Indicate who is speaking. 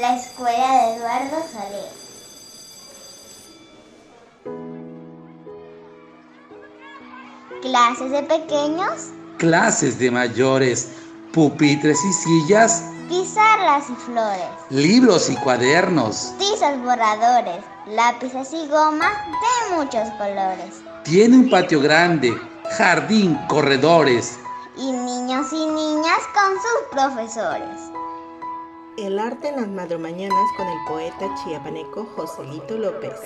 Speaker 1: La escuela de Eduardo Soler. Clases de pequeños,
Speaker 2: Clases de mayores, pupitres y sillas,
Speaker 1: pizarras y flores,
Speaker 2: libros y cuadernos.
Speaker 1: tizas borradores, lápices y goma de muchos colores.
Speaker 2: Tiene un patio grande, jardín, corredores.
Speaker 1: Y niños y niñas con sus profesores.
Speaker 3: El arte en las madrumañanas con el poeta chiapaneco Joselito López.